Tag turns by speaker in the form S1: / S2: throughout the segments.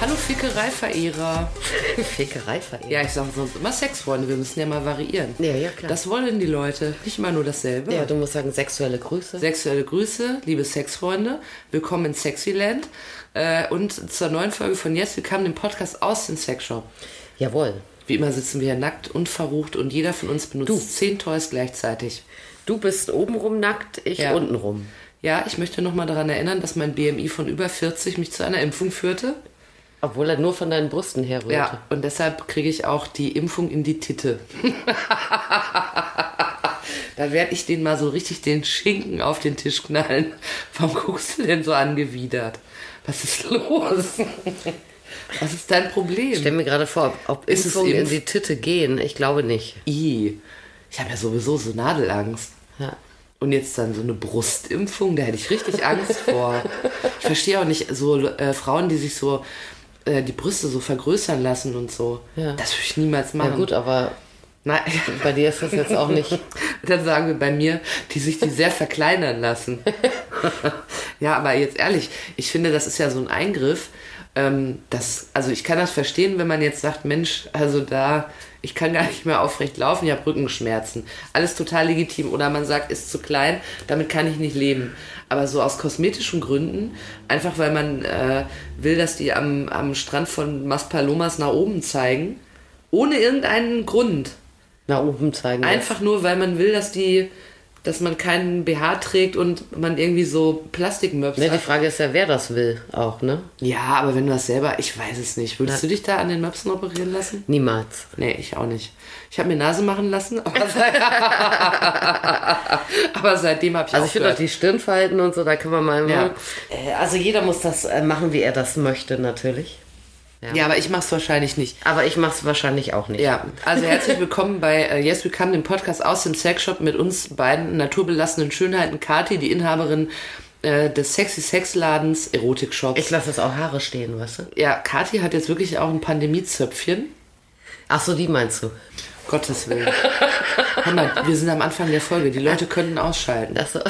S1: Hallo Fickereiverehrer.
S2: Fickerei verehrt.
S1: Ja, ich sage sonst immer Sexfreunde, wir müssen ja mal variieren.
S2: Ja, ja, klar.
S1: Das wollen die Leute, nicht immer nur dasselbe.
S2: Ja, du musst sagen, sexuelle Grüße.
S1: Sexuelle Grüße, liebe Sexfreunde, willkommen in Sexyland äh, und zur neuen Folge von Jetzt, wir kamen dem Podcast aus dem Sexshop.
S2: Jawohl.
S1: Wie immer sitzen wir hier nackt und verrucht und jeder von uns benutzt zehn Toys gleichzeitig.
S2: Du bist obenrum nackt, ich
S1: Ja.
S2: untenrum.
S1: Ja, ich möchte nochmal daran erinnern, dass mein BMI von über 40 mich zu einer Impfung führte.
S2: Obwohl er nur von deinen Brüsten herrührte.
S1: Ja, und deshalb kriege ich auch die Impfung in die Titte. da werde ich den mal so richtig den Schinken auf den Tisch knallen. Warum guckst du denn so angewidert? Was ist los? Was ist dein Problem?
S2: Ich stelle mir gerade vor, ob, ob
S1: Ist es
S2: Impfungen in
S1: Impf-
S2: die Titte gehen. Ich glaube nicht.
S1: I. Ich habe ja sowieso so Nadelangst.
S2: Ja.
S1: Und jetzt dann so eine Brustimpfung, da hätte ich richtig Angst vor. Ich verstehe auch nicht so äh, Frauen, die sich so äh, die Brüste so vergrößern lassen und so.
S2: Ja.
S1: Das würde ich niemals machen.
S2: Ja gut, aber
S1: Nein.
S2: bei dir ist das jetzt auch nicht.
S1: Dann sagen wir bei mir, die sich die sehr verkleinern lassen. ja, aber jetzt ehrlich, ich finde, das ist ja so ein Eingriff. Ähm, das, also ich kann das verstehen, wenn man jetzt sagt, Mensch, also da, ich kann gar nicht mehr aufrecht laufen, ich habe Rückenschmerzen. Alles total legitim. Oder man sagt, ist zu klein, damit kann ich nicht leben. Aber so aus kosmetischen Gründen, einfach weil man äh, will, dass die am, am Strand von Maspalomas nach oben zeigen, ohne irgendeinen Grund.
S2: nach oben zeigen.
S1: Einfach nur, weil man will, dass die, dass man keinen BH trägt und man irgendwie so Plastikmöps
S2: Ne, die
S1: hat.
S2: Frage ist ja, wer das will auch, ne?
S1: Ja, aber wenn du das selber, ich weiß es nicht. Würdest du dich da an den Möpsen operieren lassen?
S2: Niemals.
S1: Nee, ich auch nicht. Ich habe mir Nase machen lassen, aber, seit, aber seitdem habe ich
S2: Also ich finde auch
S1: aufgehört.
S2: die Stirn verhalten und so, da kann man mal...
S1: Ja.
S2: Äh, Also jeder muss das äh, machen, wie er das möchte, natürlich.
S1: ja, aber ich mache es wahrscheinlich nicht.
S2: Aber ich mache es wahrscheinlich auch nicht.
S1: Ja, also herzlich willkommen bei äh, Yes We Come, dem Podcast aus dem Sexshop mit uns beiden naturbelassenen Schönheiten. Kati, die Inhaberin äh, des Sexy Sex Ladens Erotik Shops.
S2: Ich lasse es auch Haare stehen, weißt du?
S1: Ja, Kathi hat jetzt wirklich auch ein Pandemiezöpfchen.
S2: Ach so, die meinst du?
S1: Gottes Willen. Hör mal, wir sind am Anfang der Folge. Die Leute könnten ausschalten,
S2: Ach so.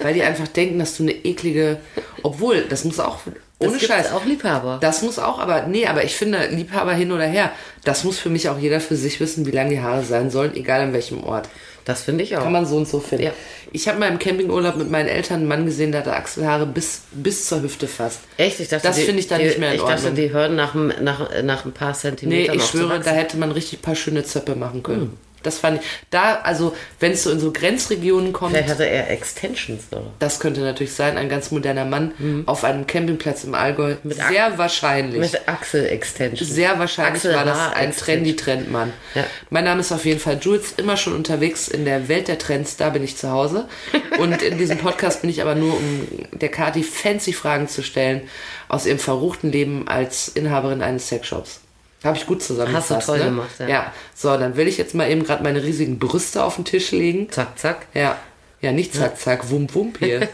S1: weil die einfach denken, dass du eine eklige. Obwohl, das muss auch. Ohne
S2: Das gibt's
S1: Scheiß.
S2: auch Liebhaber.
S1: Das muss auch, aber nee, aber ich finde, Liebhaber hin oder her, das muss für mich auch jeder für sich wissen, wie lang die Haare sein sollen, egal an welchem Ort.
S2: Das finde ich auch.
S1: Kann man so und so finden.
S2: Ja.
S1: Ich habe mal im Campingurlaub mit meinen Eltern einen Mann gesehen, der hatte Achselhaare bis, bis zur Hüfte fast.
S2: Echt? Ich dachte,
S1: Das
S2: die-
S1: finde ich dann
S2: die,
S1: nicht mehr in
S2: Ich dachte,
S1: Ordnung.
S2: die hören nach, dem- nach, nach ein paar
S1: Nee,
S2: Zentimetern
S1: ich
S2: auf zu
S1: schwöre,
S2: wachsen. Hm.
S1: da hätte man richtig ein paar schöne Zöpfe machen können. Das fand ich. Da, also, wenn es so in so Grenzregionen kommt,
S2: Vielleicht hatte er Extensions oder?
S1: das könnte natürlich sein, ein ganz moderner Mann auf einem Campingplatz im Allgäu. sehr wahrscheinlich.
S2: Hm. Mit Achsel-Extensions.
S1: sehr wahrscheinlich
S2: Axel
S1: war das
S2: Haar
S1: ein
S2: Extension.
S1: Trendy-Trendmann.
S2: Ja.
S1: Mein Name ist auf jeden Fall Jules, immer schon unterwegs in der Welt der Trends, da bin ich zu Hause. Und in diesem Podcast bin ich aber nur, um der Kati fancy Fragen zu stellen aus ihrem verruchten Leben als Inhaberin eines Sexshops. Habe ich gut zusammengefasst.
S2: Hast du toll
S1: ne?
S2: gemacht, ja.
S1: ja. So, dann will ich jetzt mal eben gerade meine riesigen Brüste auf den Tisch legen.
S2: Zack, zack.
S1: Ja, ja, nicht zack, zack, wump, wump hier.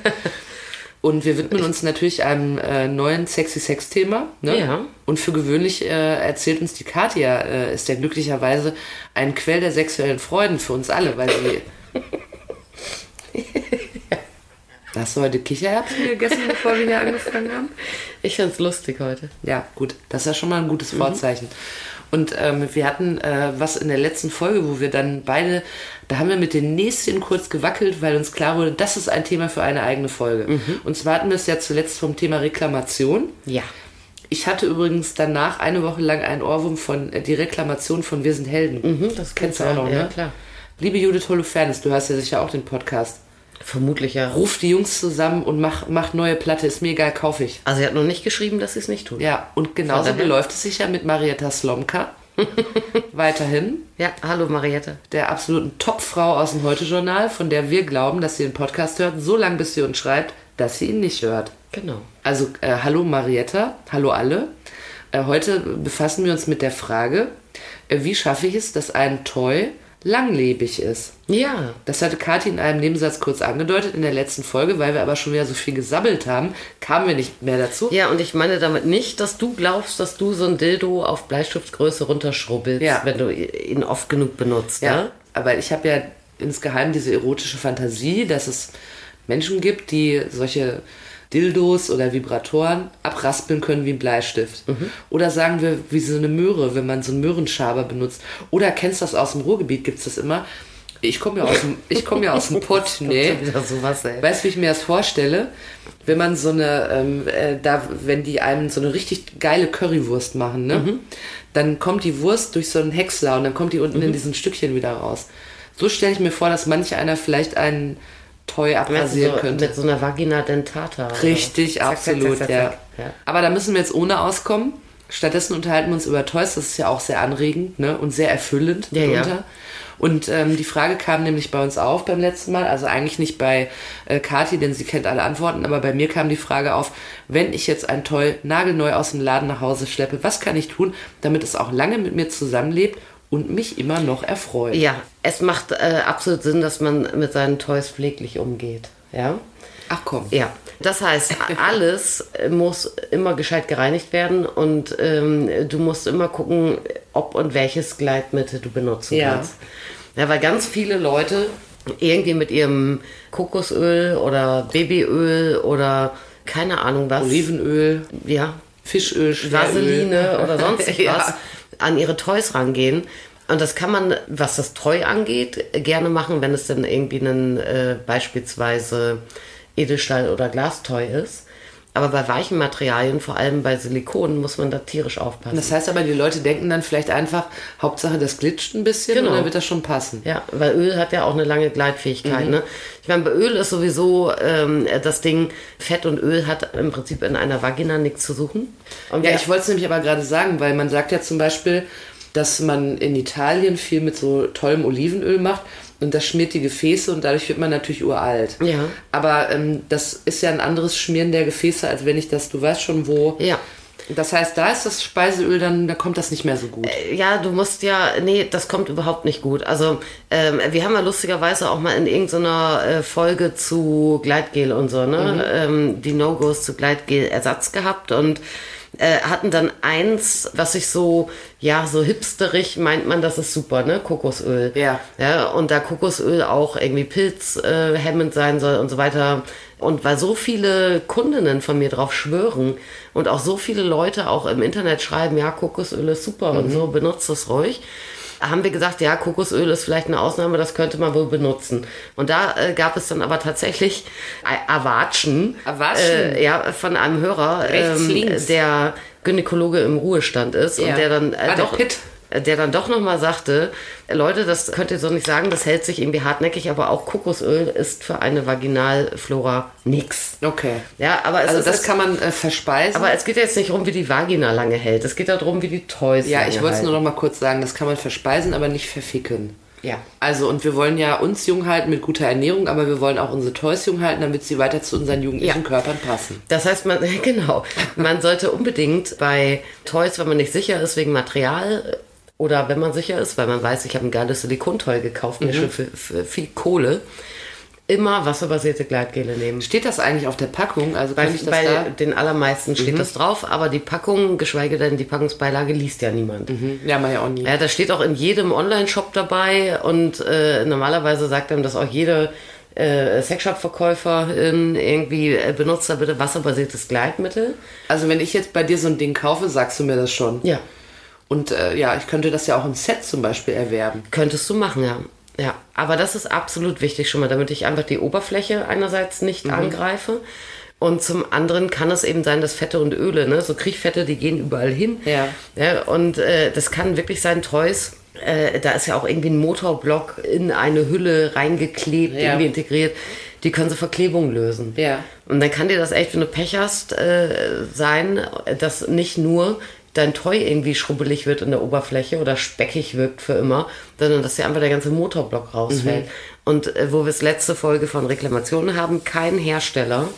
S1: Und wir widmen uns natürlich einem äh, neuen Sexy-Sex-Thema. Ne?
S2: Ja.
S1: Und für gewöhnlich äh, erzählt uns die Katja, äh, ist ja glücklicherweise ein Quell der sexuellen Freuden für uns alle, weil sie... Hast du heute Kichererbsen gegessen, bevor wir hier angefangen haben?
S2: Ich finde es lustig heute.
S1: Ja, gut. Das ist ja schon mal ein
S2: Mhm.
S1: gutes Vorzeichen. Und ähm, wir hatten äh, was in der letzten Folge, wo wir dann beide, da haben wir mit den Näschen kurz gewackelt, weil uns klar wurde, das ist ein Thema für eine eigene Folge.
S2: Mhm.
S1: Und zwar hatten wir es ja zuletzt vom Thema Reklamation.
S2: Ja.
S1: Ich hatte übrigens danach eine Woche lang einen Ohrwurm von äh, die Reklamation von Wir sind Helden.
S2: Mhm, das
S1: Kennst du
S2: ja.
S1: auch noch,
S2: Ja,
S1: ne?
S2: klar.
S1: Liebe Judith Holofernes, du hörst ja sicher auch den Podcast.
S2: Vermutlich ja.
S1: Ruf die Jungs zusammen und mach, mach neue Platte, ist mir egal, kaufe ich.
S2: Also, er hat noch nicht geschrieben, dass sie es nicht tut.
S1: Ja, und genauso
S2: Von daher-
S1: beläuft es sich ja mit Marietta Slomka. Weiterhin
S2: Ja, hallo Mariette.
S1: der absoluten Topfrau aus dem Heute-Journal, von der wir glauben, dass sie den Podcast hört, so lange bis sie uns schreibt, dass sie ihn nicht hört.
S2: Genau.
S1: Also, äh, hallo Marietta, hallo alle. Äh, heute befassen wir uns mit der Frage, äh, wie schaffe ich es, dass ein Toy langlebig ist.
S2: Ja.
S1: Das hatte Kathi in einem Nebensatz kurz angedeutet in der letzten Folge, weil wir aber schon wieder so viel gesabbelt haben, kamen wir nicht mehr dazu.
S2: Ja, und ich meine damit nicht, dass du glaubst, dass du so ein Dildo auf Bleistiftgröße runterschrubbelst,
S1: Ja.
S2: wenn du ihn oft genug benutzt. Ne?
S1: Aber ich habe ja insgeheim diese erotische Fantasie, dass es Menschen gibt, die solche Dildos oder Vibratoren abraspeln können wie ein Bleistift.
S2: Mhm.
S1: Oder sagen wir, wie so eine Möhre, wenn man so einen Möhrenschaber benutzt. Oder kennst du das aus dem Ruhrgebiet, gibt es das immer? Ich komme ja aus dem, ich komme ja aus dem Pott, nee.
S2: Schon wieder sowas, ey.
S1: Weißt du, wie ich mir das vorstelle? Wenn man so eine, ähm, äh, da, wenn die einem so eine richtig geile Currywurst machen, ne?
S2: Mhm.
S1: Dann kommt die Wurst durch so einen Häcksler und dann kommt die unten
S2: Mhm.
S1: in diesen Stückchen wieder raus. So stelle ich mir vor, dass manch einer vielleicht einen Toy
S2: Meinst du
S1: abrasieren
S2: so,
S1: könnte.
S2: Mit so einer Vagina dentata. oder?
S1: Richtig,
S2: Zack, zack,
S1: absolut,
S2: zack, zack,
S1: ja.
S2: zack. ja.
S1: Aber da müssen wir jetzt ohne auskommen. Stattdessen unterhalten wir uns über Toys, das ist ja auch sehr anregend ne? und sehr erfüllend.
S2: Ja, ja.
S1: mitunter. Und ähm, die Frage kam nämlich bei uns auf beim letzten Mal, also eigentlich nicht bei äh, Kathi, denn sie kennt alle Antworten, aber bei mir kam die Frage auf, wenn ich jetzt ein Toy nagelneu aus dem Laden nach Hause schleppe, was kann ich tun, damit es auch lange mit mir zusammenlebt und mich immer noch erfreut?
S2: Ja, es macht äh, absolut Sinn, dass man mit seinen Toys pfleglich umgeht. Ja.
S1: Ach komm.
S2: Ja, das heißt, alles muss immer gescheit gereinigt werden und ähm, du musst immer gucken, ob und welches Gleitmittel du benutzen
S1: Ja.
S2: kannst. Ja, weil ganz viele Leute irgendwie mit ihrem Kokosöl oder Babyöl oder keine Ahnung was,
S1: Olivenöl,
S2: ja,
S1: Fischöl, Schweröl.
S2: Vaseline oder sonst was
S1: Ja.
S2: an ihre Toys rangehen. Und das kann man, was das Toy angeht, gerne machen, wenn es denn irgendwie ein äh, beispielsweise Edelstahl- oder Glastoy ist. Aber bei weichen Materialien, vor allem bei Silikon, muss man da tierisch aufpassen.
S1: Das heißt aber, die Leute denken dann vielleicht einfach, Hauptsache das glitscht ein bisschen
S2: Genau.
S1: und dann wird das schon passen.
S2: Ja, weil Öl hat ja auch eine lange Gleitfähigkeit.
S1: Mhm.
S2: Ne? Ich meine, bei Öl ist sowieso ähm, das Ding, Fett und Öl hat im Prinzip in einer Vagina nichts zu suchen. Und
S1: Ja,
S2: wer-
S1: ich wollte es nämlich aber gerade sagen, weil man sagt ja zum Beispiel, dass man in Italien viel mit so tollem Olivenöl macht und das schmiert die Gefäße und dadurch wird man natürlich uralt.
S2: Ja.
S1: Aber ähm, das ist ja ein anderes Schmieren der Gefäße, als wenn ich das, du weißt schon wo.
S2: Ja.
S1: Das heißt, da ist das Speiseöl, dann da kommt das nicht mehr so gut.
S2: ja, du musst ja, nee, das kommt überhaupt nicht gut. Also, ähm, wir haben ja lustigerweise auch mal in irgendeiner äh, Folge zu Gleitgel und so, ne, ähm, die No-Gos zu Gleitgel-Ersatz gehabt und äh, hatten dann eins, was ich so, ja, so hipsterig meint man, das ist super, ne, Kokosöl.
S1: Ja.
S2: Ja, und da Kokosöl auch irgendwie pilzhemmend äh, hemmend sein soll und so weiter. Und weil so viele Kundinnen von mir drauf schwören und auch so viele Leute auch im Internet schreiben, ja, Kokosöl ist super
S1: Mhm.
S2: und so, benutzt es ruhig, haben wir gesagt, ja, Kokosöl ist vielleicht eine Ausnahme, das könnte man wohl benutzen. Und da äh, gab es dann aber tatsächlich äh, Awatschen.
S1: Awatschen?
S2: Äh, ja, von einem Hörer, ähm,
S1: Rechts, links.
S2: der Gynäkologe im Ruhestand ist
S1: Ja.
S2: und der dann
S1: Ah,
S2: äh,
S1: der
S2: doch,
S1: Pitt.
S2: der dann doch nochmal sagte, Leute, das könnt ihr so nicht sagen, das hält sich irgendwie hartnäckig, aber auch Kokosöl ist für eine Vaginalflora nix.
S1: Okay.
S2: Ja, aber es,
S1: Also
S2: ist,
S1: das kann man äh, verspeisen.
S2: aber es geht jetzt nicht darum, wie die Vagina lange hält, es geht darum, wie die Toys
S1: Ja,
S2: lange
S1: ich wollte es
S2: halten.
S1: nur noch mal kurz sagen, das kann man verspeisen, aber nicht verficken.
S2: Ja.
S1: Also, und wir wollen ja uns jung halten mit guter Ernährung, aber wir wollen auch unsere Toys jung halten, damit sie weiter zu unseren jugendlichen
S2: Ja.
S1: Körpern passen.
S2: Das heißt, man, genau, man sollte unbedingt bei Toys, wenn man nicht sicher ist wegen Material oder wenn man sicher ist, weil man weiß, ich habe ein geiles Silikontoy gekauft,
S1: Mhm.
S2: mir schon für, für viel Kohle, immer wasserbasierte Gleitgele nehmen.
S1: Steht das eigentlich auf der Packung? Also,
S2: Bei,
S1: kann ich das
S2: bei
S1: da? Mhm.
S2: den allermeisten steht das drauf, aber die Packung, geschweige denn die Packungsbeilage, liest ja niemand.
S1: Hm, Ja, mal ja auch nie.
S2: Ja, das steht auch in jedem Online-Shop dabei und äh, normalerweise sagt einem das auch jede äh, Sexshop-Verkäuferin irgendwie, äh, benutzt da bitte wasserbasiertes Gleitmittel.
S1: Also, wenn ich jetzt bei dir so ein Ding kaufe, sagst du mir das schon.
S2: Ja.
S1: Und äh, ja, ich könnte das ja auch im Set zum Beispiel erwerben.
S2: Könntest du machen, ja. Ja, aber das ist absolut wichtig schon mal, damit ich einfach die Oberfläche einerseits nicht
S1: Mhm.
S2: angreife und zum anderen kann es eben sein, dass Fette und Öle, ne, so Kriechfette, die gehen überall hin.
S1: Ja.
S2: ja und äh, das kann wirklich sein, Toys, äh, da ist ja auch irgendwie ein Motorblock in eine Hülle reingeklebt,
S1: Ja.
S2: irgendwie integriert. Die können so Verklebung lösen.
S1: Ja.
S2: Und dann kann dir das echt, wenn du Pech hast, äh, sein, dass nicht nur dein Toy irgendwie schrubbelig wird in der Oberfläche oder speckig wirkt für immer, sondern dass dir einfach der ganze Motorblock rausfällt. Und äh, wo wir es letzte Folge von Reklamationen haben, kein Hersteller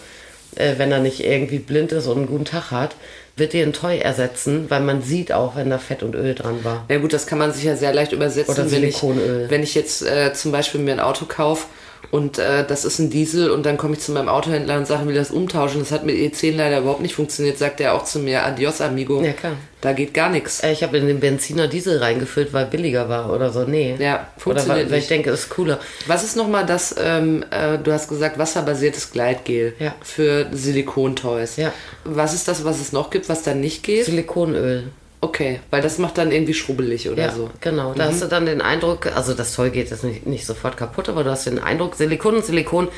S2: äh, wenn er nicht irgendwie blind ist und einen guten Tag hat, wird dir ein Toy ersetzen, weil man sieht auch, wenn da Fett und Öl dran war.
S1: Na gut, das kann man sich ja sehr leicht übersetzen,
S2: Oder
S1: wenn, ich,
S2: Silikonöl.
S1: wenn ich jetzt äh, zum Beispiel mir ein Auto kaufe und äh, das ist ein Diesel und dann komme ich zu meinem Autohändler und sage, will das umtauschen. Das hat mit E10 leider überhaupt nicht funktioniert, sagt er auch zu mir, adios amigo.
S2: Ja, klar.
S1: Da geht gar nichts.
S2: Äh, Ich habe in den Benziner Diesel reingefüllt, weil billiger war oder so. Nee.
S1: Ja,
S2: Oder weil,
S1: funktioniert
S2: weil ich
S1: nicht.
S2: denke, ist cooler.
S1: Was ist nochmal das, ähm, äh, du hast gesagt, wasserbasiertes Gleitgel
S2: Ja.
S1: für Silikontoys.
S2: Ja.
S1: Was ist das, was es noch gibt, was dann nicht geht?
S2: Silikonöl.
S1: Okay, weil das macht dann irgendwie schrubbelig oder
S2: Ja,
S1: so. Mhm.
S2: genau. Da hast du dann den Eindruck, also das Toy geht jetzt nicht, nicht sofort kaputt, aber du hast den Eindruck, Silikon und Silikon,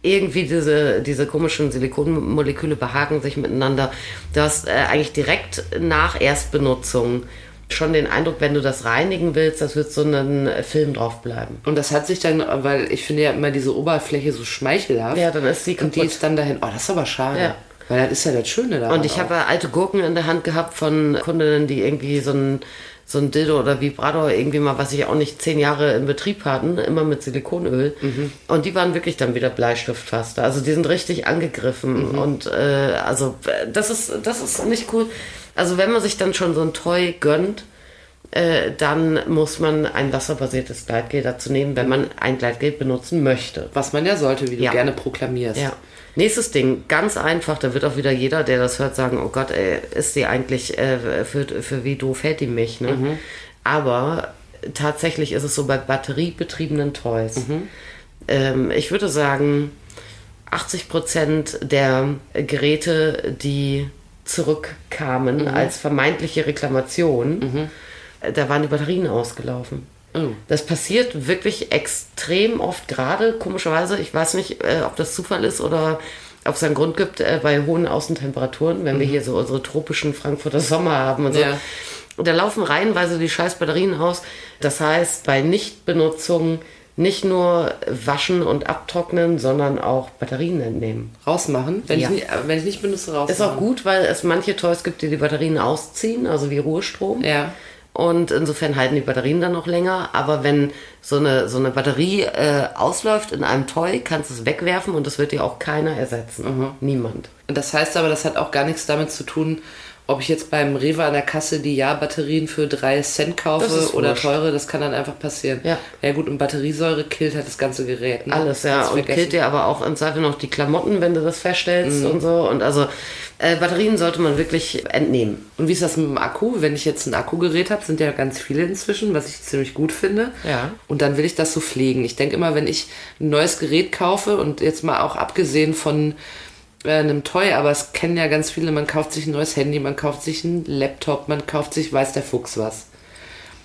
S2: irgendwie diese, diese komischen Silikonmoleküle behaken sich miteinander. Du hast äh, eigentlich direkt nach Erstbenutzung schon den Eindruck, wenn du das reinigen willst, das wird so ein äh, Film draufbleiben.
S1: Und das hat sich dann, weil ich finde ja immer diese Oberfläche so schmeichelhaft.
S2: Ja, dann ist sie
S1: Und die
S2: kaputt.
S1: ist dann dahin. Oh, das ist aber schade.
S2: Ja.
S1: Weil das ist ja das Schöne daran.
S2: Und ich
S1: auch.
S2: habe alte Gurken in der Hand gehabt von Kundinnen, die irgendwie so ein, so ein Dildo oder Vibrator irgendwie mal, was ich auch nicht zehn Jahre im Betrieb hatten, immer mit Silikonöl. Und die waren wirklich dann wieder Bleistiftfaster. Also die sind richtig angegriffen. Und äh, also äh, das ist, das ist nicht cool. Also wenn man sich dann schon so ein Toy gönnt, äh, dann muss man ein wasserbasiertes Gleitgel dazu nehmen, wenn man ein Gleitgel benutzen möchte.
S1: Was man ja sollte, wie du
S2: Ja.
S1: gerne proklamierst.
S2: Ja. Nächstes Ding, ganz einfach, da wird auch wieder jeder, der das hört, sagen, oh Gott, ey, ist die eigentlich, äh, für, für wie doof hält die mich, ne? Aber tatsächlich ist es so bei batteriebetriebenen Toys. Ähm, ich würde sagen, 80 Prozent der Geräte, die zurückkamen
S1: Mhm.
S2: als vermeintliche Reklamation, äh, da waren die Batterien ausgelaufen.
S1: Oh.
S2: Das passiert wirklich extrem oft, gerade komischerweise. Ich weiß nicht, äh, ob das Zufall ist oder ob es einen Grund gibt äh, bei hohen Außentemperaturen, wenn wir hier so unsere tropischen Frankfurter Sommer haben und so.
S1: Mhm. Ja.
S2: Und da laufen reihenweise die scheiß Batterien aus. Das heißt, bei Nichtbenutzung nicht nur waschen und abtrocknen, sondern auch Batterien entnehmen.
S1: Rausmachen. Wenn,
S2: Ja.
S1: ich, nicht- äh, wenn ich nicht benutze, rausmachen.
S2: Ist auch gut, weil es manche Toys gibt, die die Batterien ausziehen, also wie Ruhestrom.
S1: Ja.
S2: Und insofern halten die Batterien dann noch länger. Aber wenn so eine, so eine Batterie äh, ausläuft in einem Toy, kannst du es wegwerfen und das wird dir auch keiner ersetzen. Niemand.
S1: Und das heißt aber, das hat auch gar nichts damit zu tun, ob ich jetzt beim Rewe an der Kasse die Ja-Batterien für 3 Cent
S2: Das ist
S1: kaufe oder
S2: wurscht.
S1: teure. Das kann dann einfach passieren.
S2: Ja.
S1: Ja gut, und Batteriesäure killt halt das ganze Gerät. Ne?
S2: Alles, ja.
S1: Kannst
S2: Und
S1: vergessen.
S2: killt dir aber auch im Zweifel noch die Klamotten, wenn du das feststellst
S1: Mhm.
S2: und so. Und also äh, Batterien sollte man wirklich entnehmen.
S1: Und wie ist das mit dem Akku? Wenn ich jetzt ein Akkugerät habe, sind ja ganz viele inzwischen, was ich ziemlich gut finde.
S2: Ja.
S1: Und dann will ich das so pflegen. Ich denke immer, wenn ich ein neues Gerät kaufe und jetzt mal auch abgesehen von äh, einem Toy, aber es kennen ja ganz viele, man kauft sich ein neues Handy, man kauft sich einen Laptop, man kauft sich weiß der Fuchs was.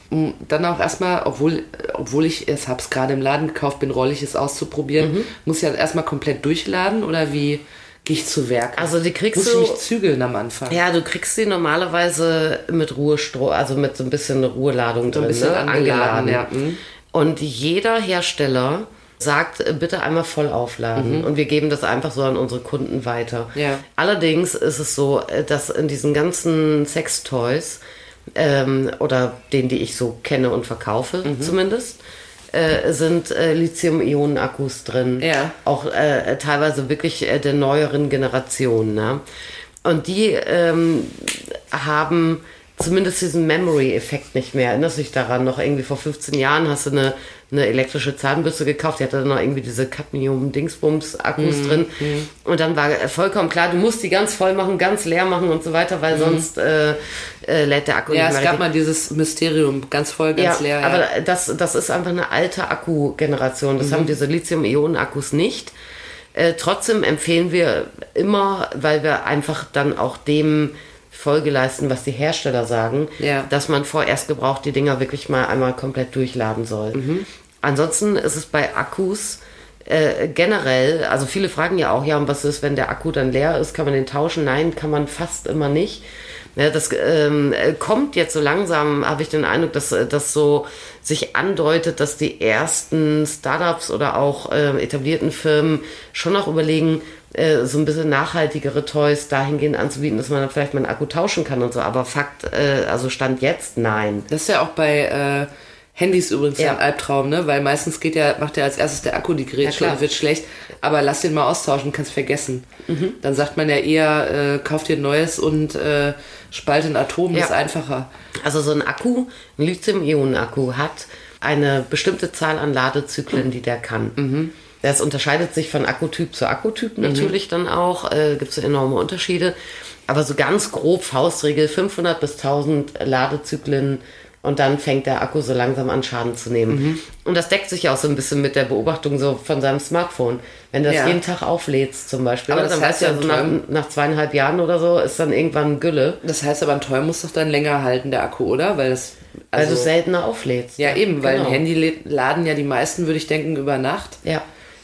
S1: Mm, Dann auch erstmal, obwohl, obwohl ich es hab's gerade im Laden gekauft bin, rollig es auszuprobieren,
S2: Mhm.
S1: muss ich dann erstmal komplett durchladen oder wie gehe ich zu Werk?
S2: Also die kriegst
S1: muss ich
S2: du-
S1: mich zügeln am Anfang.
S2: Ja, du kriegst sie normalerweise mit Ruhestro, also mit so ein bisschen Ruheladung
S1: ein
S2: drin,
S1: bisschen
S2: ne?
S1: angeladen, ja. Mhm.
S2: Und jeder Hersteller sagt äh, bitte einmal voll aufladen und wir geben das einfach so an unsere Kunden weiter.
S1: Mhm. Ja.
S2: Allerdings ist es so, äh, dass in diesen ganzen Sextoys ähm, oder den, die ich so kenne und verkaufe
S1: Mhm.
S2: zumindest, äh, sind äh, Lithium-Ionen-Akkus drin.
S1: Ja.
S2: Auch äh, teilweise wirklich äh, der neueren Generation. Ne? Und die ähm, haben zumindest diesen Memory-Effekt nicht mehr. Erinnerst du dich daran? Noch irgendwie vor 15 Jahren hast du eine, eine elektrische Zahnbürste gekauft, die hatte dann noch irgendwie diese Cadmium-Dingsbums-Akkus
S1: Mhm,
S2: drin. Und dann war äh, vollkommen klar, du musst die ganz voll machen, ganz leer machen und so weiter, weil sonst äh, äh, lädt der Akku
S1: Mhm. Ja,
S2: nicht
S1: es
S2: mehr
S1: gab
S2: richtig.
S1: mal dieses Mysterium, ganz voll, ganz
S2: ja,
S1: leer.
S2: Aber
S1: ja. Mhm.
S2: das, das ist einfach eine alte Akkugeneration. Das haben diese Lithium-Ionen-Akkus nicht. Äh, trotzdem empfehlen wir immer, weil wir einfach dann auch dem Folge leisten, was die Hersteller sagen,
S1: Ja.
S2: dass man vorerst gebraucht die Dinger wirklich mal einmal komplett durchladen soll.
S1: Mhm.
S2: Ansonsten ist es bei Akkus äh, generell, also viele fragen ja auch, ja, und was ist, wenn der Akku dann leer ist, kann man den tauschen? Nein, kann man fast immer nicht. Ja, das ähm, äh, kommt jetzt so langsam, habe ich den Eindruck, dass äh, das so sich andeutet, dass die ersten Startups oder auch äh, etablierten Firmen schon noch überlegen, äh, so ein bisschen nachhaltigere Toys dahingehend anzubieten, dass man dann vielleicht mal einen Akku tauschen kann und so. Aber Fakt, äh, also Stand jetzt, nein.
S1: Das ist ja auch bei äh, Handys übrigens ja.
S2: Ja.
S1: ein Albtraum, ne? Weil meistens geht ja, macht ja als erstes der Akku die
S2: Ja,
S1: Grätsche
S2: klar.
S1: und wird schlecht. Aber lass den mal austauschen, kannst vergessen.
S2: Mhm.
S1: Dann sagt man ja eher, äh, kauf dir ein neues und äh, spalte ein Atom,
S2: Ja.
S1: ist einfacher.
S2: Also so ein Akku, ein Lithium-Ionen-Akku hat eine bestimmte Zahl an Ladezyklen, die der kann.
S1: Mhm.
S2: Das unterscheidet sich von Akkutyp zu Akkutyp natürlich dann auch, äh, gibt es enorme Unterschiede. Aber so ganz grob Faustregel 500 bis 1000 Ladezyklen und dann fängt der Akku so langsam an Schaden zu nehmen.
S1: Mhm.
S2: Und das deckt sich ja auch so ein bisschen mit der Beobachtung so von seinem Smartphone. Wenn du das
S1: Ja.
S2: jeden Tag auflädst zum Beispiel,
S1: Aber das
S2: dann
S1: heißt
S2: weißt du
S1: ja,
S2: ja, so nach,
S1: Träum-
S2: nach zweieinhalb Jahren oder so ist dann irgendwann Gülle.
S1: Das heißt aber, ein Toy muss doch dann länger halten, der Akku, oder? Weil das. also
S2: Weil du es Also seltener auflädst.
S1: ja, eben, weil
S2: Genau.
S1: ein Handy läd- laden ja die meisten, würde ich denken, über Nacht.
S2: Ja.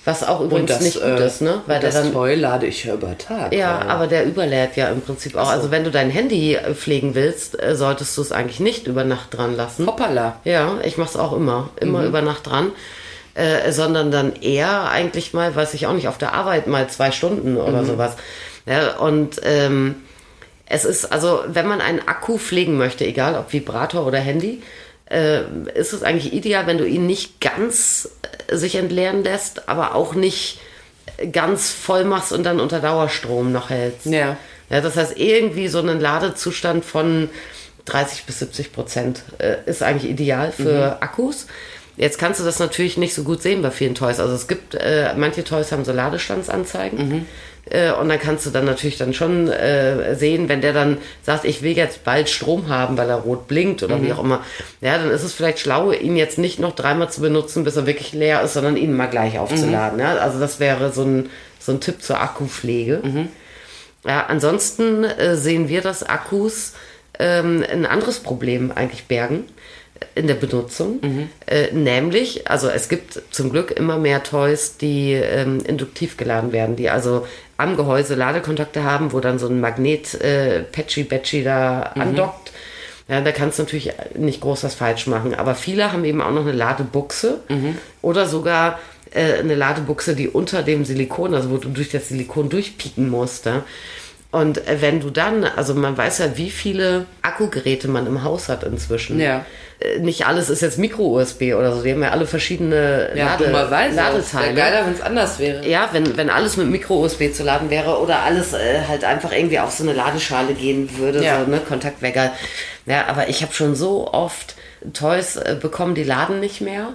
S2: Was auch übrigens nicht gut
S1: äh,
S2: ist, ne? Weil
S1: und das
S2: der dann.
S1: Toy lade ich ja über Tag.
S2: Ja,
S1: Äh,
S2: aber der überlädt ja im Prinzip auch.
S1: so.
S2: Also wenn du dein Handy äh, pflegen willst, äh, solltest du es eigentlich nicht über Nacht dran lassen.
S1: Hoppala.
S2: Ja, ich mach's auch immer. Immer über Nacht dran. Äh, sondern dann eher eigentlich mal, weiß ich auch nicht, auf der Arbeit mal zwei Stunden oder sowas. Ja, und ähm, es ist, also wenn man einen Akku pflegen möchte, egal ob Vibrator oder Handy, äh, ist es eigentlich ideal, wenn du ihn nicht ganz äh, sich entleeren lässt, aber auch nicht ganz voll machst und dann unter Dauerstrom noch hältst.
S1: Ja.
S2: Ja, das heißt, irgendwie so einen Ladezustand von 30 bis 70 Prozent äh, ist eigentlich ideal für Akkus. Jetzt kannst du das natürlich nicht so gut sehen bei vielen Toys. Also es gibt, äh, manche Toys haben so Ladestandsanzeigen. Äh, und dann kannst du dann natürlich dann schon äh, sehen, wenn der dann sagt, ich will jetzt bald Strom haben, weil er rot blinkt oder wie auch immer. Ja, dann ist es vielleicht schlau, ihn jetzt nicht noch dreimal zu benutzen, bis er wirklich leer ist, sondern ihn mal gleich aufzuladen. Ja, also das wäre so ein, so ein Tipp zur Akkupflege. Ja, ansonsten äh, sehen wir, dass Akkus ähm, ein anderes Problem eigentlich bergen äh, in der Benutzung. Äh, nämlich, also es gibt zum Glück immer mehr Toys, die ähm, induktiv geladen werden, die also am Gehäuse Ladekontakte haben, wo dann so ein Magnet äh, Patchy Batchy da andockt. Ja, da kannst du natürlich nicht groß was falsch machen. Aber viele haben eben auch noch eine Ladebuchse oder sogar äh, eine Ladebuchse, die unter dem Silikon, also wo du durch das Silikon durchpieken musst. Ja? Und äh, wenn du dann, also man weiß ja, wie viele Akkugeräte man im Haus hat inzwischen.
S1: Ja.
S2: Äh, Nicht alles ist jetzt Micro-USB oder so. Die haben ja alle verschiedene
S1: Ja,
S2: Lade
S1: dummerweise.
S2: Ladeteile.
S1: Wäre geiler, wenn also, es anders wäre.
S2: Ja, wenn, wenn alles mit Micro-USB zu laden wäre oder alles äh, halt einfach irgendwie auf so eine Ladeschale gehen würde,
S1: Ja.
S2: so ne, Kontaktwecker. Ja, aber ich habe schon so oft Toys äh, bekommen, die laden nicht mehr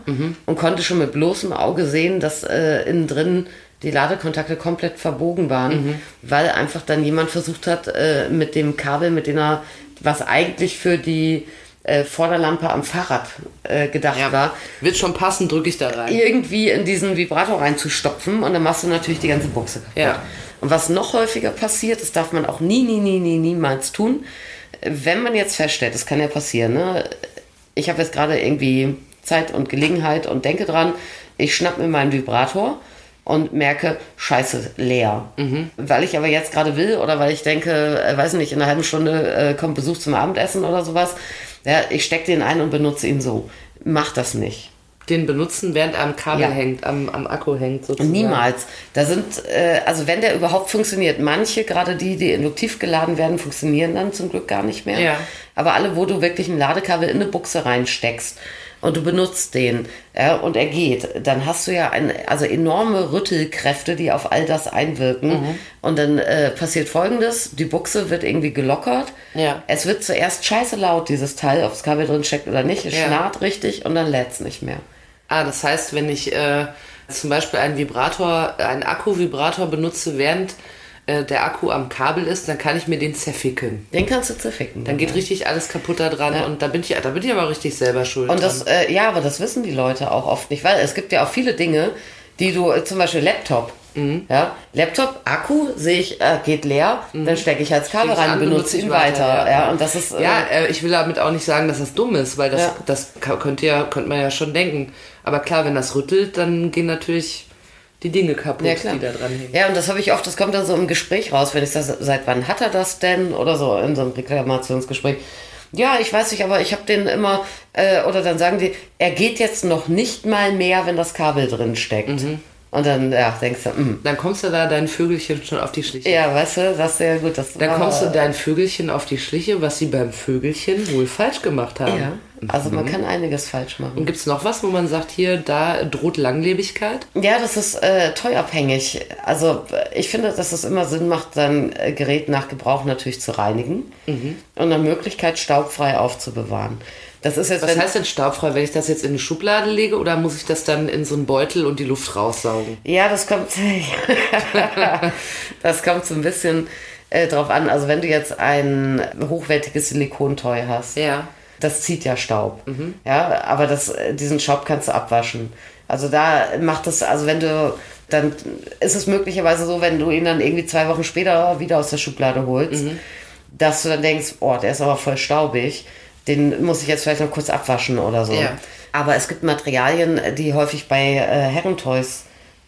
S2: und konnte schon mit bloßem Auge sehen, dass äh, innen drin die Ladekontakte komplett verbogen waren, weil einfach dann jemand versucht hat, äh, mit dem Kabel, mit dem er, was eigentlich für die äh, Vorderlampe am Fahrrad äh, gedacht war,
S1: Wird schon passen, drücke ich da rein.
S2: irgendwie in diesen Vibrator reinzustopfen und dann machst du natürlich die ganze Buchse kaputt.
S1: Ja.
S2: Und was noch häufiger passiert, das darf man auch nie, nie, nie, nie, niemals tun, wenn man jetzt feststellt, das kann ja passieren, ne? ich habe jetzt gerade irgendwie Zeit und Gelegenheit und denke dran, ich schnapp mir meinen Vibrator und merke, scheiße, leer.
S1: Mhm.
S2: Weil ich aber jetzt gerade will oder weil ich denke, äh, weiß nicht, in einer halben Stunde äh, kommt Besuch zum Abendessen oder sowas, ja, ich stecke den ein und benutze ihn so. Mach das nicht.
S1: Den benutzen, während er am Kabel
S2: Ja.
S1: hängt, am, am Akku hängt sozusagen.
S2: Niemals. Da sind, äh, also wenn der überhaupt funktioniert, manche, gerade die, die induktiv geladen werden, funktionieren dann zum Glück gar nicht mehr.
S1: Ja.
S2: Aber alle, wo du wirklich ein Ladekabel in eine Buchse reinsteckst und du benutzt den ja, und er geht, dann hast du ja ein, also enorme Rüttelkräfte, die auf all das einwirken.
S1: Mhm.
S2: Und dann äh, passiert folgendes: Die Buchse wird irgendwie gelockert.
S1: Ja.
S2: Es wird zuerst scheiße laut, dieses Teil, ob das Kabel drin steckt oder nicht. Es
S1: Ja.
S2: schnarrt richtig und dann lädt es nicht mehr.
S1: Ah, das heißt, wenn ich äh, zum Beispiel einen Vibrator, einen Akku-Vibrator benutze, während äh, der Akku am Kabel ist, dann kann ich mir den zerficken.
S2: Den kannst du zerficken.
S1: Dann geht richtig alles kaputt da dran und da bin ich, da bin ich aber richtig selber schuld.
S2: Und das,
S1: dran.
S2: äh, ja, aber das wissen die Leute auch oft nicht, weil es gibt ja auch viele Dinge, die du, äh, zum Beispiel Laptop.
S1: Mhm.
S2: Ja, Laptop, Akku sehe ich, äh, geht leer, dann stecke ich als Kabel
S1: Steck's
S2: rein,
S1: Mhm. an,
S2: benutze ihn weiter. Ja. und das ist, äh,
S1: ja, äh, ich will damit auch nicht sagen, dass das dumm ist, weil das,
S2: Ja.
S1: das ka- könnte, ja, könnte man ja schon denken. Aber klar, wenn das rüttelt, dann gehen natürlich die Dinge kaputt,
S2: ja, klar.
S1: die da dran hängen.
S2: ja, und das habe ich oft, das kommt dann so im Gespräch raus, wenn ich sage, seit wann hat er das denn? Oder so in so einem Reklamationsgespräch. Ja, ich weiß nicht, aber ich habe den immer,
S1: Mhm.
S2: äh, oder dann sagen die, er geht jetzt noch nicht mal mehr, wenn das Kabel drin steckt. Und dann ja, denkst du, mm.
S1: Dann kommst du da dein Vögelchen schon auf die Schliche.
S2: ja, Ah. weißt du, sagst du ja gut, das
S1: Dann
S2: war-
S1: kommst du dein Vögelchen auf die Schliche, was sie beim Vögelchen wohl falsch gemacht haben.
S2: Ja, also
S1: Mhm.
S2: man kann einiges falsch machen.
S1: Und gibt es noch was, wo man sagt, hier, da droht Langlebigkeit?
S2: Ja, das ist äh, teuerabhängig. Also äh, ich finde, dass es immer Sinn macht, sein äh, Gerät nach Gebrauch natürlich zu reinigen
S1: Mhm.
S2: und nach Möglichkeit staubfrei aufzubewahren. Das ist jetzt,
S1: Was
S2: wenn,
S1: heißt denn staubfrei, wenn ich das jetzt in eine Schublade lege oder muss ich das dann in so einen Beutel und die Luft raussaugen?
S2: Ja, das kommt, das kommt so ein bisschen äh, drauf an. Also wenn du jetzt ein hochwertiges Silikontoy hast,
S1: Ja. Mhm.
S2: das zieht ja Staub. Ja, aber das, äh, diesen Staub kannst du abwaschen. Also da macht es, also wenn du, dann ist es möglicherweise so, wenn du ihn dann irgendwie zwei Wochen später wieder aus der Schublade holst,
S1: Mhm.
S2: dass du dann denkst, oh, der ist aber voll staubig. Den muss ich jetzt vielleicht noch kurz abwaschen oder so.
S1: Ja.
S2: Aber es gibt Materialien, die häufig bei äh, Herrentoys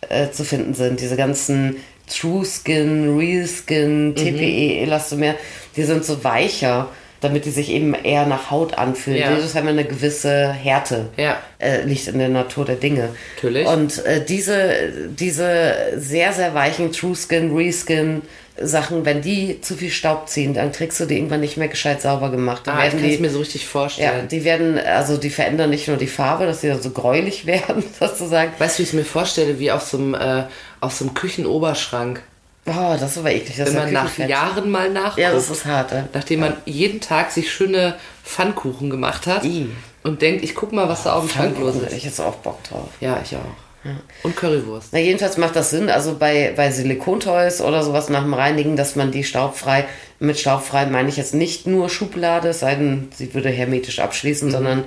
S2: äh, zu finden sind. Diese ganzen True Skin, Real
S1: Mhm.
S2: Skin, TPE, Elastomer, die sind so weicher, damit die sich eben eher nach Haut anfühlen.
S1: Ja.
S2: Die haben ja eine gewisse Härte.
S1: Ja.
S2: Äh, liegt in der Natur der Dinge.
S1: Natürlich.
S2: Und äh, diese, diese sehr, sehr weichen True Skin, Real Skin Sachen, wenn die zu viel Staub ziehen, dann kriegst du die irgendwann nicht mehr gescheit sauber gemacht. Dann
S1: Ah, ich
S2: werden
S1: kann es
S2: die-
S1: mir so richtig
S2: ja,
S1: vorstellen.
S2: die werden, also die verändern nicht nur die Farbe, dass sie dann so gräulich werden, sozusagen.
S1: Weißt du, wie ich es mir vorstelle, wie auf so einem, äh, auf so einem Küchenoberschrank,
S2: Oh, das ist aber eklig.
S1: wenn
S2: Das ist ja
S1: man nach
S2: Küchenfett.
S1: Jahren mal nachguckt.
S2: Ja, das ist hart. Ja.
S1: nachdem man jeden Tag sich schöne Pfannkuchen gemacht hat
S2: I.
S1: und denkt, ich guck mal, was da auf dem Schrank los
S2: Pfannkuchen,
S1: ist.
S2: ich jetzt auch Bock drauf.
S1: Ja, ich auch. Und Currywurst.
S2: Na, jedenfalls macht das Sinn, also bei, bei Silikontoys oder sowas nach dem Reinigen, dass man die staubfrei, mit staubfrei meine ich jetzt nicht nur Schublade, es sei denn, sie würde hermetisch abschließen,
S1: Mhm.
S2: sondern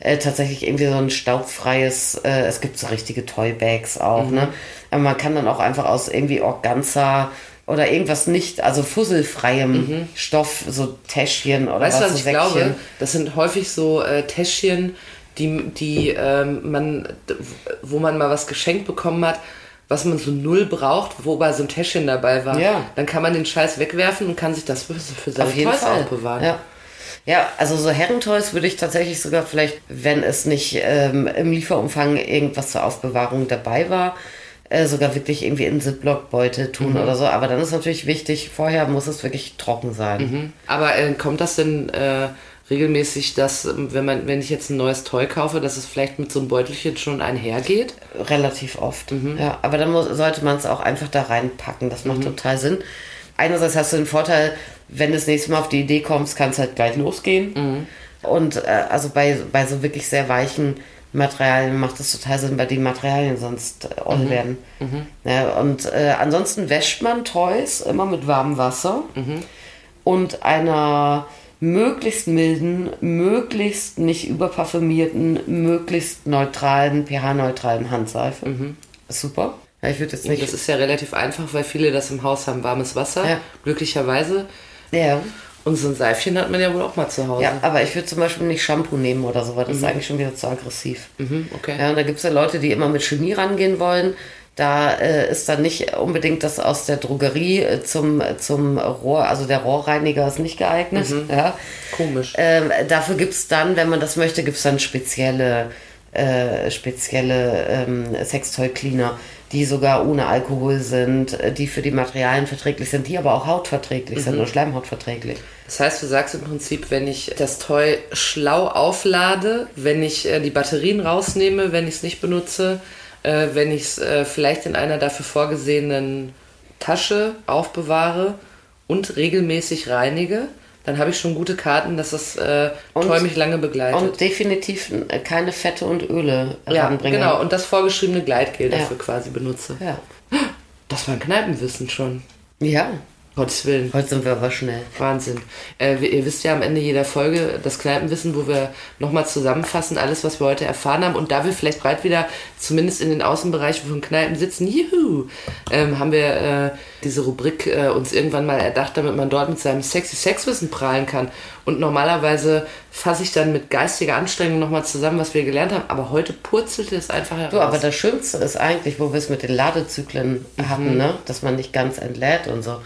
S2: äh, tatsächlich irgendwie so ein staubfreies, äh, es gibt so richtige Toybags auch,
S1: Mhm.
S2: ne? Aber man kann dann auch einfach aus irgendwie Organza oder irgendwas nicht, also fusselfreiem Stoff, so Täschchen oder
S1: Mhm. Weißt du,
S2: was,
S1: was
S2: so
S1: ich
S2: Säckchen.
S1: glaube? Das sind häufig so äh, Täschchen, die, die ähm, man, d- wo man mal was geschenkt bekommen hat, was man so null braucht, wobei so ein Täschchen dabei war.
S2: Ja.
S1: Dann kann man den Scheiß wegwerfen und kann sich das für, für seine
S2: Auf jeden
S1: Toys
S2: Fall.
S1: aufbewahren.
S2: Ja. ja, also so Herrentoys würde ich tatsächlich sogar vielleicht, wenn es nicht ähm, im Lieferumfang irgendwas zur Aufbewahrung dabei war, äh, sogar wirklich irgendwie in Ziploc-Beute tun oder so. Aber dann ist natürlich wichtig, vorher muss es wirklich trocken sein.
S1: Aber äh, kommt das denn äh, regelmäßig, dass, ähm, wenn, man, wenn ich jetzt ein neues Toy kaufe, dass es vielleicht mit so einem Beutelchen schon einhergeht?
S2: Relativ oft. Ja, aber dann muss, sollte man es auch einfach da reinpacken. Das macht total Sinn. Einerseits hast du den Vorteil, wenn du das nächste Mal auf die Idee kommst, kann es halt gleich losgehen. Und äh, also bei, bei so wirklich sehr weichen Materialien macht es total Sinn, weil die Materialien sonst äh, oll werden. Ja, und äh, ansonsten wäscht man Toys immer mit warmem Wasser und einer möglichst milden, möglichst nicht überparfümierten, möglichst neutralen, pH-neutralen Handseife. Ist Super. Mhm. Ja, ich würde jetzt nicht.
S1: Das ist ja relativ einfach, weil viele das im Haus haben, warmes Wasser,
S2: Ja.
S1: glücklicherweise.
S2: ja.
S1: Und so ein Seifchen hat man ja wohl auch mal zu Hause.
S2: ja, aber ich würde zum Beispiel nicht Shampoo nehmen oder so, weil das ist eigentlich schon wieder zu aggressiv.
S1: Mhm, okay.
S2: Ja, und da gibt es ja Leute, die immer mit Chemie rangehen wollen. Da äh, ist dann nicht unbedingt das aus der Drogerie äh, zum, zum Rohr, also der Rohrreiniger ist nicht geeignet. Ja.
S1: Komisch.
S2: Ähm, dafür gibt es dann, wenn man das möchte, gibt es dann spezielle, äh, spezielle ähm, Sextoy-Cleaner, die sogar ohne Alkohol sind, äh, die für die Materialien verträglich sind, die aber auch hautverträglich
S1: Mhm.
S2: sind und schleimhautverträglich.
S1: Das heißt, du sagst im Prinzip, wenn ich das Toy schlau auflade, wenn ich äh, die Batterien rausnehme, wenn ich es nicht benutze, äh, wenn ich es äh, vielleicht in einer dafür vorgesehenen Tasche aufbewahre und regelmäßig reinige, dann habe ich schon gute Karten, dass das äh,
S2: Und-
S1: Toy mich lange begleitet.
S2: Und definitiv äh, keine Fette und Öle
S1: ja,
S2: ranbringen.
S1: genau. Und das vorgeschriebene Gleitgel
S2: Ja.
S1: dafür quasi benutze.
S2: Ja.
S1: Das war ein Kneipenwissen schon.
S2: ja,
S1: Gottes Willen.
S2: heute sind wir aber schnell.
S1: Wahnsinn. Äh, wir- ihr wisst ja am Ende jeder Folge das Kneipenwissen, wo wir nochmal zusammenfassen, alles, was wir heute erfahren haben. Und da wir vielleicht bald wieder, zumindest in den Außenbereichen von Kneipen sitzen, juhu, ähm, haben wir äh, diese Rubrik äh, uns irgendwann mal erdacht, damit man dort mit seinem sexy Sexwissen prahlen kann. Und normalerweise fasse ich dann mit geistiger Anstrengung nochmal zusammen, was wir gelernt haben. Aber heute purzelte es einfach heraus.
S2: Du, aber das Schönste ist eigentlich, wo wir es mit den Ladezyklen
S1: Mhm.
S2: hatten, ne? dass man nicht ganz entlädt und so,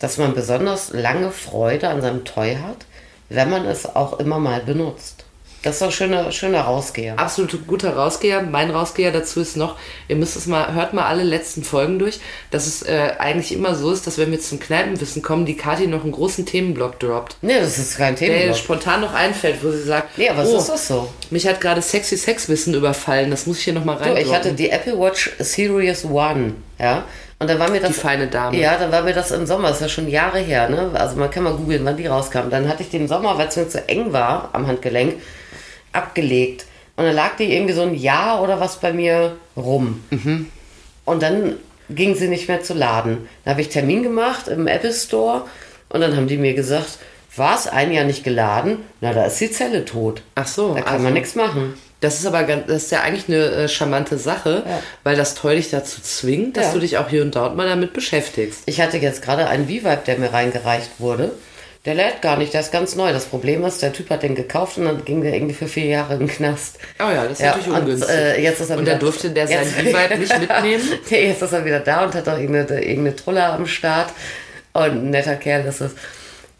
S2: dass man besonders lange Freude an seinem Toy hat, wenn man es auch immer mal benutzt. Das ist doch ein schöner, schöner Rausgeher.
S1: absolut guter Rausgeher. Mein Rausgeher dazu ist noch, ihr müsst es mal, hört mal alle letzten Folgen durch, dass es äh, eigentlich immer so ist, dass wenn wir zum Kneipenwissen kommen, die Kathi noch einen großen Themenblock droppt.
S2: Nee, das ist kein
S1: Der ihr
S2: Thema.
S1: spontan noch einfällt, wo sie sagt,
S2: Nee, aber es
S1: Äh, oh,
S2: ist das so.
S1: mich hat gerade sexy Sexwissen überfallen, das muss ich hier nochmal rein.
S2: Du, ich hatte die Apple Watch Series One, ja. Und dann war mir das.
S1: Die feine Dame.
S2: Ja, dann war mir das im Sommer, das ist ja schon Jahre her, ne? Also man kann mal googeln, wann die rauskam. Dann hatte ich den Sommer, weil es mir zu eng war am Handgelenk, abgelegt. Und dann lag die irgendwie so ein Jahr oder was bei mir rum.
S1: Mhm.
S2: Und dann ging sie nicht mehr zu laden. Dann habe ich Termin gemacht im Apple Store und dann haben die mir gesagt, war es ein Jahr nicht geladen? Na, da ist die Zelle tot.
S1: Ach so,
S2: Da kann
S1: also-
S2: man nichts machen.
S1: Das ist aber ganz, das ist ja eigentlich eine äh, charmante Sache,
S2: Ja.
S1: weil das Toll dich dazu zwingt, dass
S2: Ja.
S1: du dich auch hier und dort mal damit beschäftigst.
S2: Ich hatte jetzt gerade einen V-Vibe, der mir reingereicht wurde. Der lädt gar nicht, der ist ganz neu. Das Problem ist, der Typ hat den gekauft und dann ging der irgendwie für vier Jahre in den Knast.
S1: Oh ja, das ist natürlich
S2: und,
S1: ungünstig.
S2: äh, jetzt ist er
S1: Und
S2: wieder-
S1: da durfte der sein
S2: jetzt-
S1: Vibe nicht mitnehmen?
S2: nee, jetzt ist er wieder da und hat auch irgendeine, irgendeine Troller am Start. Und ein netter Kerl ist es.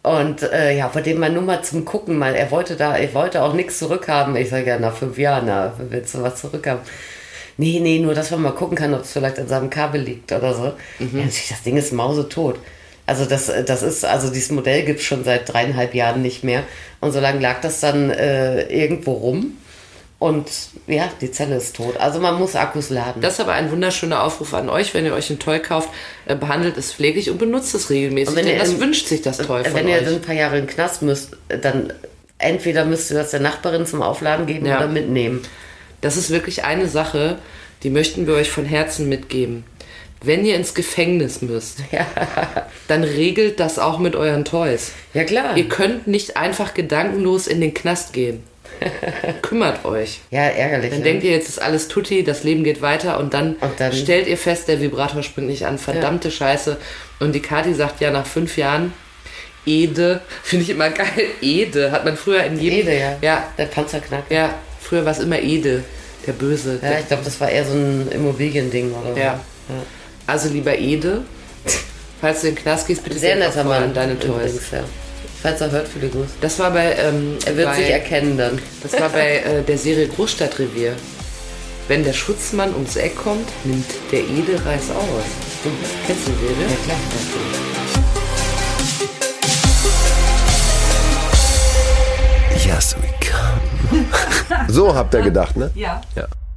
S2: Und äh, ja, bei dem mal nur mal zum Gucken, mal, er wollte da, er wollte auch nichts zurückhaben. Ich sage ja, nach fünf Jahren, na, willst du was zurückhaben? Nee, nee, nur, dass man mal gucken kann, ob es vielleicht an seinem Kabel liegt oder so.
S1: Mhm.
S2: Ja, natürlich, das Ding ist mausetot. Also das, das ist, also dieses Modell gibt es schon seit dreieinhalb Jahren nicht mehr. Und so lange lag das dann äh, irgendwo rum. Und ja, die Zelle ist tot. Also man muss Akkus laden.
S1: Das ist aber ein wunderschöner Aufruf an euch, wenn ihr euch ein Toy kauft, äh, behandelt es pfleglich und benutzt es regelmäßig.
S2: Und wenn
S1: denn
S2: ihr
S1: das
S2: im-
S1: wünscht sich das Toy von
S2: Wenn ihr
S1: euch.
S2: dann ein paar Jahre in den Knast müsst, dann entweder müsst ihr das der Nachbarin zum Aufladen geben
S1: Ja.
S2: oder mitnehmen.
S1: Das ist wirklich eine Sache, die möchten wir euch von Herzen mitgeben. Wenn ihr ins Gefängnis müsst,
S2: Ja,
S1: dann regelt das auch mit euren Toys.
S2: ja klar.
S1: Ihr könnt nicht einfach gedankenlos in den Knast gehen. Kümmert euch.
S2: Ja, ärgerlich.
S1: Dann
S2: ne?
S1: denkt ihr, jetzt ist alles tutti, das Leben geht weiter und dann,
S2: Und dann-
S1: stellt ihr fest, der Vibrator springt nicht an. Verdammte Scheiße. Und die Kati sagt ja nach fünf Jahren, Ede, finde ich immer geil, Ede, hat man früher in jedem...
S2: Ede, ja.
S1: Ja,
S2: Der Panzerknacker.
S1: ja früher war es immer Ede, der Böse.
S2: Ja, ich glaube, das war eher so ein Immobiliending oder so.
S1: Ja. Also lieber Ede, falls du in den Knast gehst, bitte
S2: Sehr
S1: denk auch
S2: netter
S1: vorher
S2: Mann.
S1: an deine Toys.
S2: übrigens, ja. Falls er hört, viele Grüße.
S1: Das war bei... Ähm,
S2: Er wird
S1: bei,
S2: sich erkennen dann.
S1: Das war bei äh, der Serie Großstadtrevier. Wenn der Schutzmann ums Eck kommt, nimmt der Ede Reis aus. Du kennst die Serie?
S2: klar.
S3: Yes, we come.
S4: So habt ihr gedacht, ne?
S1: Ja.
S3: Ja.